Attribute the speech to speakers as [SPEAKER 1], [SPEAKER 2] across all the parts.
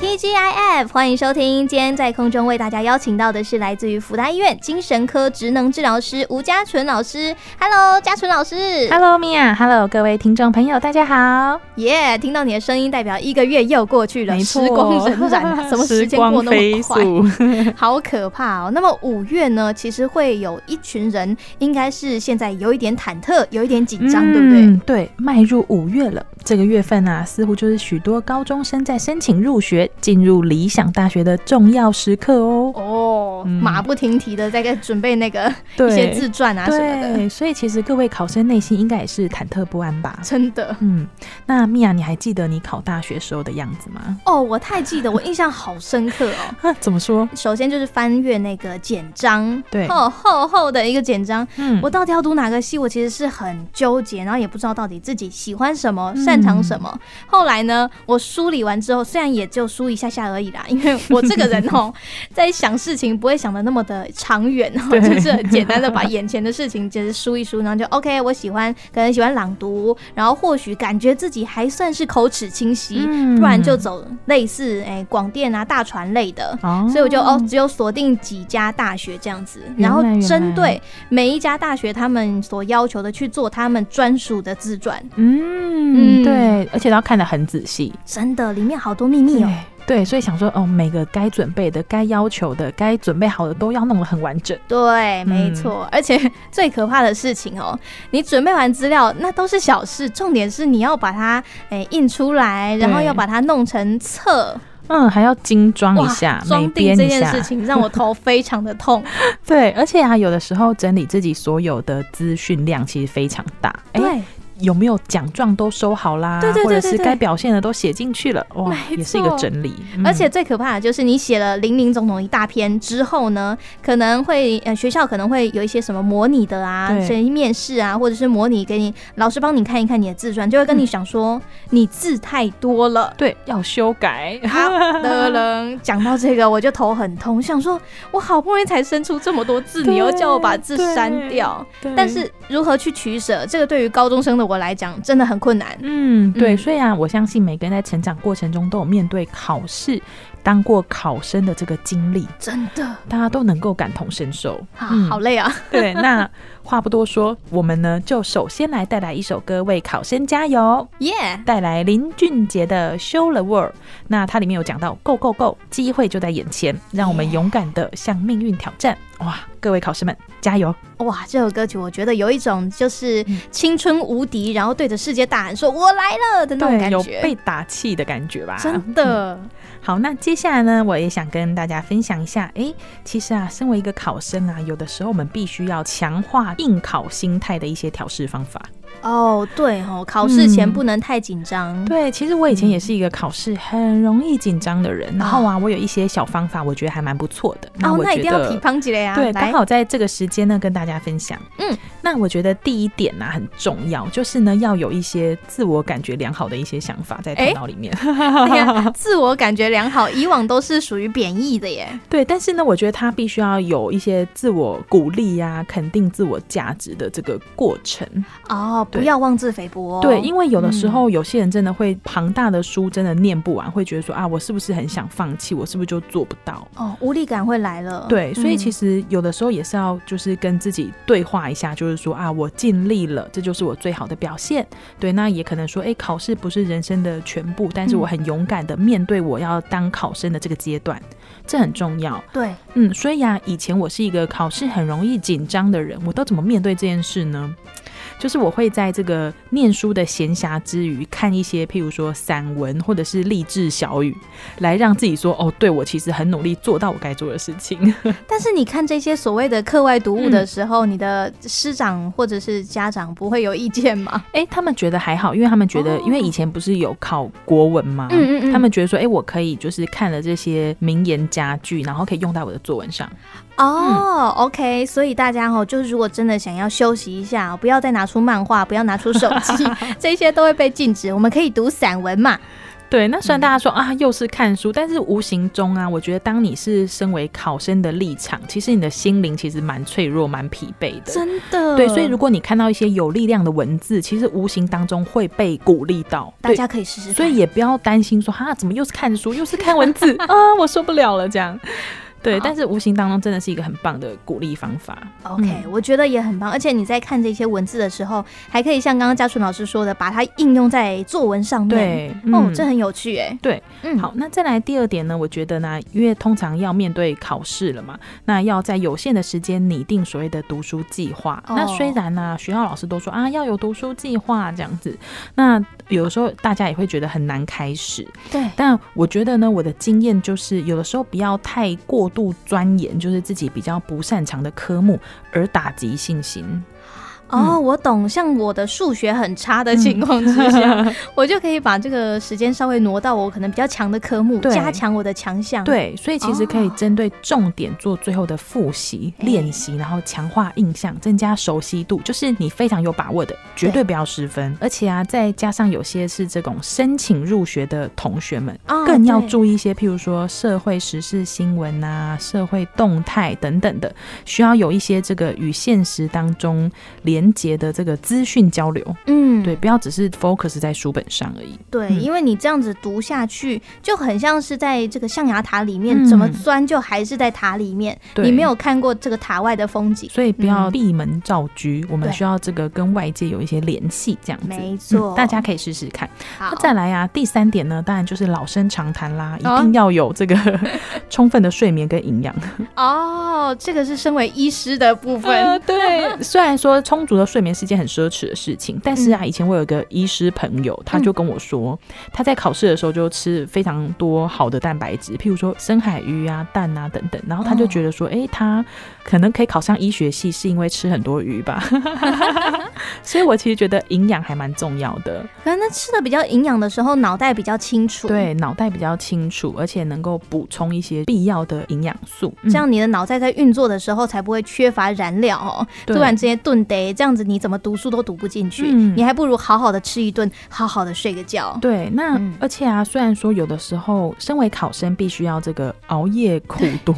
[SPEAKER 1] TGIF，欢迎收听。今天在空中为大家邀请到的是来自于福大医院精神科职能治疗师吴家纯老师。Hello，家纯老师。
[SPEAKER 2] Hello，米娅。Hello，各位听众朋友，大家好。
[SPEAKER 1] 耶、yeah,，听到你的声音，代表一个月又过去了， 时光荏苒，什么时间过那么 快，好可怕哦。那么五月呢，其实会有一群人，应该是现在有一点忐忑，有一点紧张，嗯、对不对？
[SPEAKER 2] 对，迈入五月了，这个月份啊，似乎就是许多高中生在申请入学。进入理想大学的重要时刻哦！
[SPEAKER 1] 哦，嗯、马不停蹄的在准备那个一些自传啊什么的，
[SPEAKER 2] 对，所以其实各位考生内心应该也是忐忑不安吧？
[SPEAKER 1] 真的，
[SPEAKER 2] 嗯，那米娅，你还记得你考大学时候的样子吗？
[SPEAKER 1] 哦，我太记得，我印象好深刻哦。
[SPEAKER 2] 啊、怎么说？
[SPEAKER 1] 首先就是翻阅那个简章，
[SPEAKER 2] 对，
[SPEAKER 1] 厚厚厚的一个简章，嗯，哦我到底要读哪个系？我其实是很纠结，然后也不知道到底自己喜欢什么，擅长什么。嗯、后来呢，我梳理完之后，虽然也就。输一下下而已啦，因为 我这个人哦、喔，在想事情不会想的那么的长远，然后就是简单的把眼前的事情就是梳一梳，然后就 OK。我喜欢，可能喜欢朗读，然后或许感觉自己还算是口齿清晰，嗯、不然就走类似哎广、欸、电啊、大传类的。哦、所以我就哦，只有锁定几家大学这样子，然后针对每一家大学他们所要求的去做他们专属的自传。
[SPEAKER 2] 嗯，嗯对，而且要看的很仔细，
[SPEAKER 1] 真的里面好多秘密哦、喔。
[SPEAKER 2] 对，所以想说，哦，每个该准备的、该要求的、该准备好的，都要弄得很完整。
[SPEAKER 1] 对，没错。嗯、而且最可怕的事情哦，你准备完资料那都是小事，重点是你要把它诶、欸、印出来，然后要把它弄成册。
[SPEAKER 2] 嗯，还要精装一下，
[SPEAKER 1] 装订这件事情让我头非常的 痛。
[SPEAKER 2] 对，而且啊，有的时候整理自己所有的资讯量其实非常大。哎
[SPEAKER 1] 对。欸
[SPEAKER 2] 有没有奖状都收好啦，
[SPEAKER 1] 对对对
[SPEAKER 2] 或者是该表现的都写进去了，哇，也是一个整理。
[SPEAKER 1] 嗯、而且最可怕的就是你写了零零总总一大篇之后呢，可能会呃学校可能会有一些什么模拟的啊，谁面试啊，或者是模拟给你老师帮你看一看你的自传，就会跟你讲说、嗯、你字太多 了，
[SPEAKER 2] 对，要修改。
[SPEAKER 1] 好的人讲到这个我就头很痛，想说我好不容易才生出这么多字，你又叫我把字删掉， 但是如何去取舍，这个对于高中生的。我来讲真的很困难，
[SPEAKER 2] 嗯，对，所以啊，我相信每个人在成长过程中都有面对考试、当过考生的这个经历，
[SPEAKER 1] 真的，
[SPEAKER 2] 大家都能够感同身受
[SPEAKER 1] 啊，嗯、好累啊。
[SPEAKER 2] 对，那 话不多说，我们呢就首先来带来一首歌为考生加油，
[SPEAKER 1] 耶！
[SPEAKER 2] 带来林俊杰的《Show the World》，那它里面有讲到 “Go Go Go”，机会就在眼前，让我
[SPEAKER 1] 哎
[SPEAKER 2] 们勇敢的向命运挑战。哇，各位考生们，加油！
[SPEAKER 1] 哇，这首歌曲我觉得有一种就是青春无敌，嗯、然后对着世界大喊说“我来了”的那种感觉，
[SPEAKER 2] 有被打气的感觉吧？
[SPEAKER 1] 真 的、嗯。
[SPEAKER 2] 好，那接下来呢，我也想跟大家分享一下。哎、欸，其实啊，身为一个考生啊，有的时候我们必须要强化应考心态的一些调试方法。
[SPEAKER 1] 哦，对哦，考试前不能太紧张、嗯。
[SPEAKER 2] 嗯对，其实我以前也是一个考试很容易紧张的人，嗯、然后啊，我有一些小方法，我觉得还蛮不错的。
[SPEAKER 1] 哦，那一定要提胖几类啊！
[SPEAKER 2] 对，刚好在这个时间呢，跟大家分享。嗯，那我觉得第一点呢、啊、很重要，就是呢要有一些自我感觉良好的一些想法在头脑里面。
[SPEAKER 1] 欸、自我感觉良好，以往都是属于贬义的耶。
[SPEAKER 2] 对，但是呢，我觉得他必须要有一些自我鼓励呀、啊、肯定自我价值的这个过程。
[SPEAKER 1] 哦。不要妄自菲薄、哦。
[SPEAKER 2] 啊对，因为有的时候有些人真的会庞大的书真的念不完，嗯、会觉得说啊，我是不是很想放弃？我是不是就做不到？
[SPEAKER 1] 哦，无力感会来了。嗯
[SPEAKER 2] 对，所以其实有的时候也是要就是跟自己对话一下，就是说啊，我尽力了，这就是我最好的表现。对，那也可能说，哎、欸，考试不是人生的全部，但是
[SPEAKER 1] 嗯
[SPEAKER 2] 我很勇敢的面对我要当考生的这个阶段，这很重要。
[SPEAKER 1] 对，
[SPEAKER 2] 嗯，所以啊，以前我是一个考试很容易紧张的人，我都怎么面对这件事呢？就是我会在这个念书的闲暇之余，看一些譬如说散文或者是励志小语，来让自己说哦，对我其实很努力做到我该做的事情。
[SPEAKER 1] 但是你看这些所谓的课外读物的时候，嗯、你的师长或者是家长不会有意见吗？
[SPEAKER 2] 哎、欸，他们觉得还好，因为他们觉得，哦、因为以前不是有考国文吗？嗯嗯嗯，他们觉得说，哎、欸，我可以就是看了这些名言佳句，然后可以用在我的作文上。
[SPEAKER 1] 哦、嗯、，OK，所以大家哦，就是如果真的想要休息一下，不 要再拿出漫画，不要拿出手机，这些都会被禁止。我们可以读散文嘛。
[SPEAKER 2] 对，那
[SPEAKER 1] 嗯
[SPEAKER 2] 虽然大家说、啊，又是看书，但是无形中啊，我觉得当你是身为考生的立场，其实你的心灵其实蛮脆弱、蛮疲惫的。
[SPEAKER 1] 真的。
[SPEAKER 2] 对，所以如果你看到一些有力量的文字，其实无形当中会被鼓励到。
[SPEAKER 1] 大家可以试试
[SPEAKER 2] 对，
[SPEAKER 1] 看，
[SPEAKER 2] 所以也不要担心说啊哈，怎么又是看书，又是看 文字啊，我受不了了这样。对，
[SPEAKER 1] 好
[SPEAKER 2] 但是无形当中真的是一个很棒的鼓励方法。
[SPEAKER 1] OK，、我
[SPEAKER 2] 嗯
[SPEAKER 1] 觉得也很棒，而且你在看这些文字的时候，还可以像刚刚嘉纯老师说的，把它应用在作文上面。
[SPEAKER 2] 对，
[SPEAKER 1] 哦
[SPEAKER 2] 嗯，
[SPEAKER 1] 这很有趣哎。
[SPEAKER 2] 对，
[SPEAKER 1] 嗯，
[SPEAKER 2] 好，那再来第二点呢？我觉得呢，因为通常要面对考试了嘛，那要在有限的时间拟定所谓的读书计划。
[SPEAKER 1] 哦
[SPEAKER 2] 那虽然呢、学校老师都说啊要有读书计划这样子，那有时候大家也会觉得很难开始。
[SPEAKER 1] 对，
[SPEAKER 2] 但我觉得呢，我的经验就是，有的时候不要太过度钻研，就是自己比较不擅长的科目，而打击信心。 嗯
[SPEAKER 1] 哦，我懂。像我的数学很差的情况之
[SPEAKER 2] 嗯
[SPEAKER 1] 下， 我就可以把这个时间稍微挪到我可能比较强的科目，
[SPEAKER 2] 对
[SPEAKER 1] 加强我的强项。，
[SPEAKER 2] 对，所以其实可以
[SPEAKER 1] 嗯哦
[SPEAKER 2] 针对重点做最后的复习、
[SPEAKER 1] 哎
[SPEAKER 2] 练习，然后强化印象，增加熟悉度，就是你非常有把握的，绝对不要失分。而且啊，再加上有些是这种申请入学的同学们，
[SPEAKER 1] 哦
[SPEAKER 2] 更要
[SPEAKER 1] 对
[SPEAKER 2] 注意一些，譬如说社会时事新闻啊、社会动态等等的，需要有一些这个与现实当中连结的这个资讯交流。
[SPEAKER 1] 嗯，
[SPEAKER 2] 对，不要只是 focus 在书本上而已。
[SPEAKER 1] 对，
[SPEAKER 2] 嗯
[SPEAKER 1] 因为你这样子读下去，就很像是在这个象牙塔里面，
[SPEAKER 2] 嗯
[SPEAKER 1] 怎么钻就还是在塔里面，
[SPEAKER 2] 对
[SPEAKER 1] 你没有看过这个塔外的风景。
[SPEAKER 2] 所以不要闭门造车，我
[SPEAKER 1] 嗯
[SPEAKER 2] 们
[SPEAKER 1] 对
[SPEAKER 2] 需要这个跟外界有一些联系，这样子。嗯
[SPEAKER 1] 没错
[SPEAKER 2] 大家可以试试看。
[SPEAKER 1] 好
[SPEAKER 2] 那，再来啊，第三点呢，当然就是老生常谈啦，
[SPEAKER 1] 哦
[SPEAKER 2] 一定要有这个 充分的睡眠跟营养。
[SPEAKER 1] 哦，这个是身为医师的部分。
[SPEAKER 2] 呃，对， 虽然说充足的睡眠是件很奢侈的事情，但
[SPEAKER 1] 嗯
[SPEAKER 2] 是啊，以前我有一个医师朋友，他就跟我说，他在考试的时候就吃非常多好的蛋白质，譬如说深海鱼啊、蛋啊等等，然后他
[SPEAKER 1] 哦
[SPEAKER 2] 就觉得说，诶，他可能可以考上医学系，是因为吃很多 鱼吧。所以我其实觉得营养还蛮重要的，
[SPEAKER 1] 可能吃的比较营养的时候，脑袋比较清楚，，
[SPEAKER 2] 对，脑袋比较清楚，而且能够补充一些必要的营养素，嗯
[SPEAKER 1] 这样你的脑袋在运作的时候才不会缺乏燃料哦。
[SPEAKER 2] 对
[SPEAKER 1] 突然之间顿得，这样子你怎么读书都读不进去，
[SPEAKER 2] 嗯
[SPEAKER 1] 你还不如好好的吃一顿，好好的睡个觉。
[SPEAKER 2] 对，那、
[SPEAKER 1] 嗯
[SPEAKER 2] 而且啊，虽然说有的时候身为考生必须要这个熬夜苦 读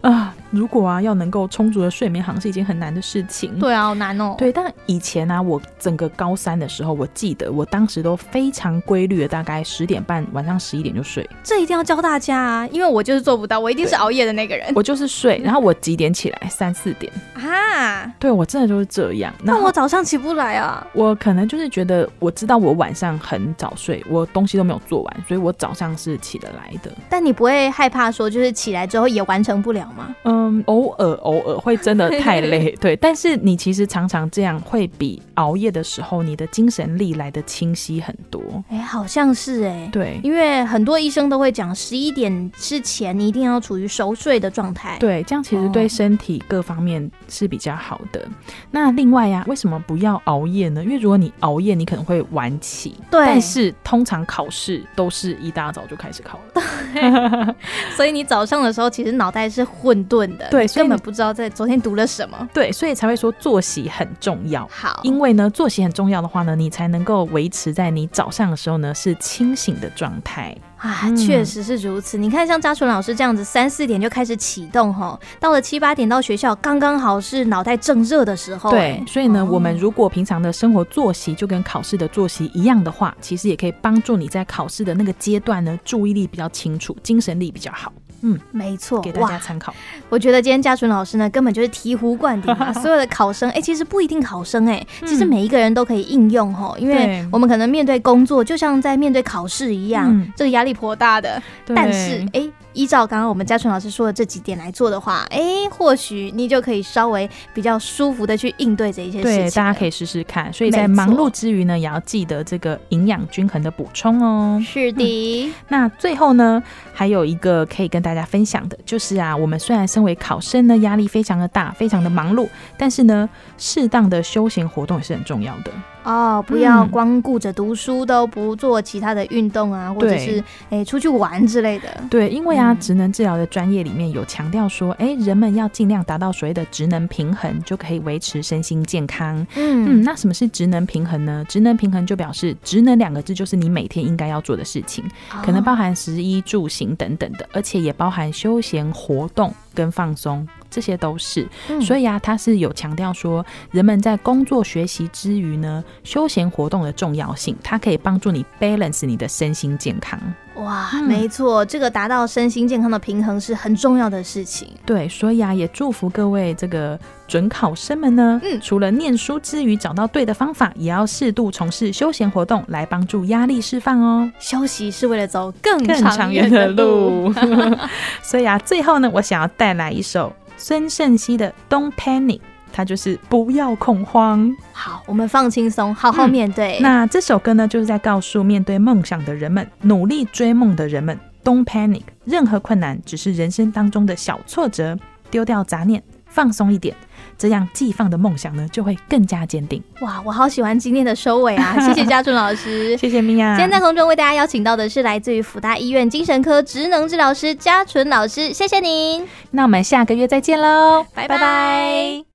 [SPEAKER 2] 啊，如果啊要能够充足的睡眠，好像是一件很难的事情。。
[SPEAKER 1] 对啊，好难哦。
[SPEAKER 2] 对，但以前啊，我整个高三的时候，我记得我当时都非常规律的，大概十点半，晚上十一点就睡，
[SPEAKER 1] 这一定要教大家啊，因为我就是做不到，我一定是熬夜的那个人
[SPEAKER 2] 我就是睡，然后我几点起来？三四点。
[SPEAKER 1] 啊。
[SPEAKER 2] 对我真的就是这样。
[SPEAKER 1] 那
[SPEAKER 2] 然后
[SPEAKER 1] 我早上起不来啊。
[SPEAKER 2] 我可能就是觉得，我知道我晚上很早睡，我东西都没有做完，所以我早上是起得来的。
[SPEAKER 1] 但你不会害怕说，就是起来之后也完成不了吗？
[SPEAKER 2] 嗯，偶尔偶尔会真的太 累，对。但是你其实常常这样，会比熬夜的时候，你的精神力来的清晰很多。
[SPEAKER 1] 哎、好像是哎、
[SPEAKER 2] 对
[SPEAKER 1] 因为很多医生都会讲，十一点之前你一定要处于熟睡的状态。
[SPEAKER 2] 对，这样其实
[SPEAKER 1] 哦
[SPEAKER 2] 对身体各方面是比较好的。那另外呀、为什么不要熬夜呢？因为如果你熬夜，你可能会晚起。
[SPEAKER 1] 对
[SPEAKER 2] 但是通常考试都是一大早就开始考 了。
[SPEAKER 1] 所以你早上的时候其实脑袋是混沌的，
[SPEAKER 2] 对
[SPEAKER 1] 你
[SPEAKER 2] 所以
[SPEAKER 1] 根
[SPEAKER 2] 你
[SPEAKER 1] 本不知道在昨天读了什么。
[SPEAKER 2] 对，所以才会说作息很重要。
[SPEAKER 1] 好，
[SPEAKER 2] 因为呢，作息很重要的话呢，你才能够维持在你早上的时候呢是清醒的状态。
[SPEAKER 1] 啊，
[SPEAKER 2] 嗯
[SPEAKER 1] 确实是如此。你看，像嘉纯老师这样子，三四点就开始启动吼，到了七八点到学校，刚刚好是脑袋正热的时候、
[SPEAKER 2] 对
[SPEAKER 1] 哎，
[SPEAKER 2] 所以呢，
[SPEAKER 1] 哦
[SPEAKER 2] 我们如果平常的生活作息就跟考试的作息一样的话，其实也可以帮助你在考试的那个阶段呢，注意力比较清楚，精神力比较好，
[SPEAKER 1] 没错，
[SPEAKER 2] 给大
[SPEAKER 1] 哦哇
[SPEAKER 2] 家，参考。
[SPEAKER 1] 我觉得今天嘉纯老师呢，根本就是醍醐灌顶 啊！所有的考生，哎、其实不一定考生、哎、
[SPEAKER 2] 嗯
[SPEAKER 1] 其实每一个人都可以应用吼，因为
[SPEAKER 2] 对
[SPEAKER 1] 我们可能面对工作，就像在面对考试一样，
[SPEAKER 2] 嗯
[SPEAKER 1] 这个压力颇大的。
[SPEAKER 2] 对嗯
[SPEAKER 1] 但是，哎、依照刚刚我们嘉纯老师说的这几点来做的话，哎、或许你就可以稍微比较舒服的去应对这一些事情
[SPEAKER 2] 对
[SPEAKER 1] 了。
[SPEAKER 2] 大家可以试试看。所以
[SPEAKER 1] 没
[SPEAKER 2] 在
[SPEAKER 1] 错
[SPEAKER 2] 忙碌之余呢，也要记得这个营养均衡的补充哦。
[SPEAKER 1] 是的，
[SPEAKER 2] 那最后呢，还有一个可以跟大家分享的，就是啊，我们虽然身为考生呢，压力非常的大，非常的忙碌，但是呢，适当的休闲活动也是很重要的。
[SPEAKER 1] 哦，不要
[SPEAKER 2] 嗯
[SPEAKER 1] 光顾着读书，都不做其他的运动啊，或者
[SPEAKER 2] 对
[SPEAKER 1] 是哎、出去玩之类的。
[SPEAKER 2] 对，因为啊，
[SPEAKER 1] 嗯
[SPEAKER 2] 职能治疗的专业里面有强调说，哎，人们要尽量达到所谓的职能平衡，就可以维持身心健康。
[SPEAKER 1] 嗯
[SPEAKER 2] 嗯，那什么是职能平衡呢？职能平衡就表示“职能”两个字就是你每天应该要做的事情，
[SPEAKER 1] 哦
[SPEAKER 2] 可能包含食衣住行等等的，而且也包含休闲活动跟放松，这些都是。所
[SPEAKER 1] 以
[SPEAKER 2] 以啊，他是有强调说，人们在工作学习之余呢，休闲活动的重要性，它可以帮助你 balance 你的身心健康。
[SPEAKER 1] 哇，
[SPEAKER 2] 嗯
[SPEAKER 1] 没错，这个达到身心健康的平衡是很重要的事情。
[SPEAKER 2] 对，所以啊，也祝福各位这个准考生们呢，
[SPEAKER 1] 嗯
[SPEAKER 2] 除了念书之余找到对的方法，也要适度从事休闲活动，来帮助压力释放哦。
[SPEAKER 1] 休息是为了走更
[SPEAKER 2] 更
[SPEAKER 1] 嗯长
[SPEAKER 2] 长远
[SPEAKER 1] 远
[SPEAKER 2] 的
[SPEAKER 1] 的路。
[SPEAKER 2] 路。 所以啊，最后呢，我想要带来一首孙盛熙的《Don't Panic》，它就是不要恐慌。
[SPEAKER 1] 好，我们放轻松，好好
[SPEAKER 2] 嗯
[SPEAKER 1] 面对。
[SPEAKER 2] 那这首歌呢，就是在告诉面对梦想的人们，努力追梦的人们，Don't panic，任何困难只是人生当中的小挫折，丢掉杂念，放松一点，这样寄放的梦想呢，就会更加坚定。
[SPEAKER 1] 哇，我好喜欢今天的收尾 啊！谢谢嘉纯老 师。
[SPEAKER 2] 谢谢米娅，
[SPEAKER 1] 今天在空中为大家邀请到的是来自于辅大医院精神科职能治疗师嘉纯老师，谢谢您，
[SPEAKER 2] 那我们下个月再见喽，
[SPEAKER 1] 拜拜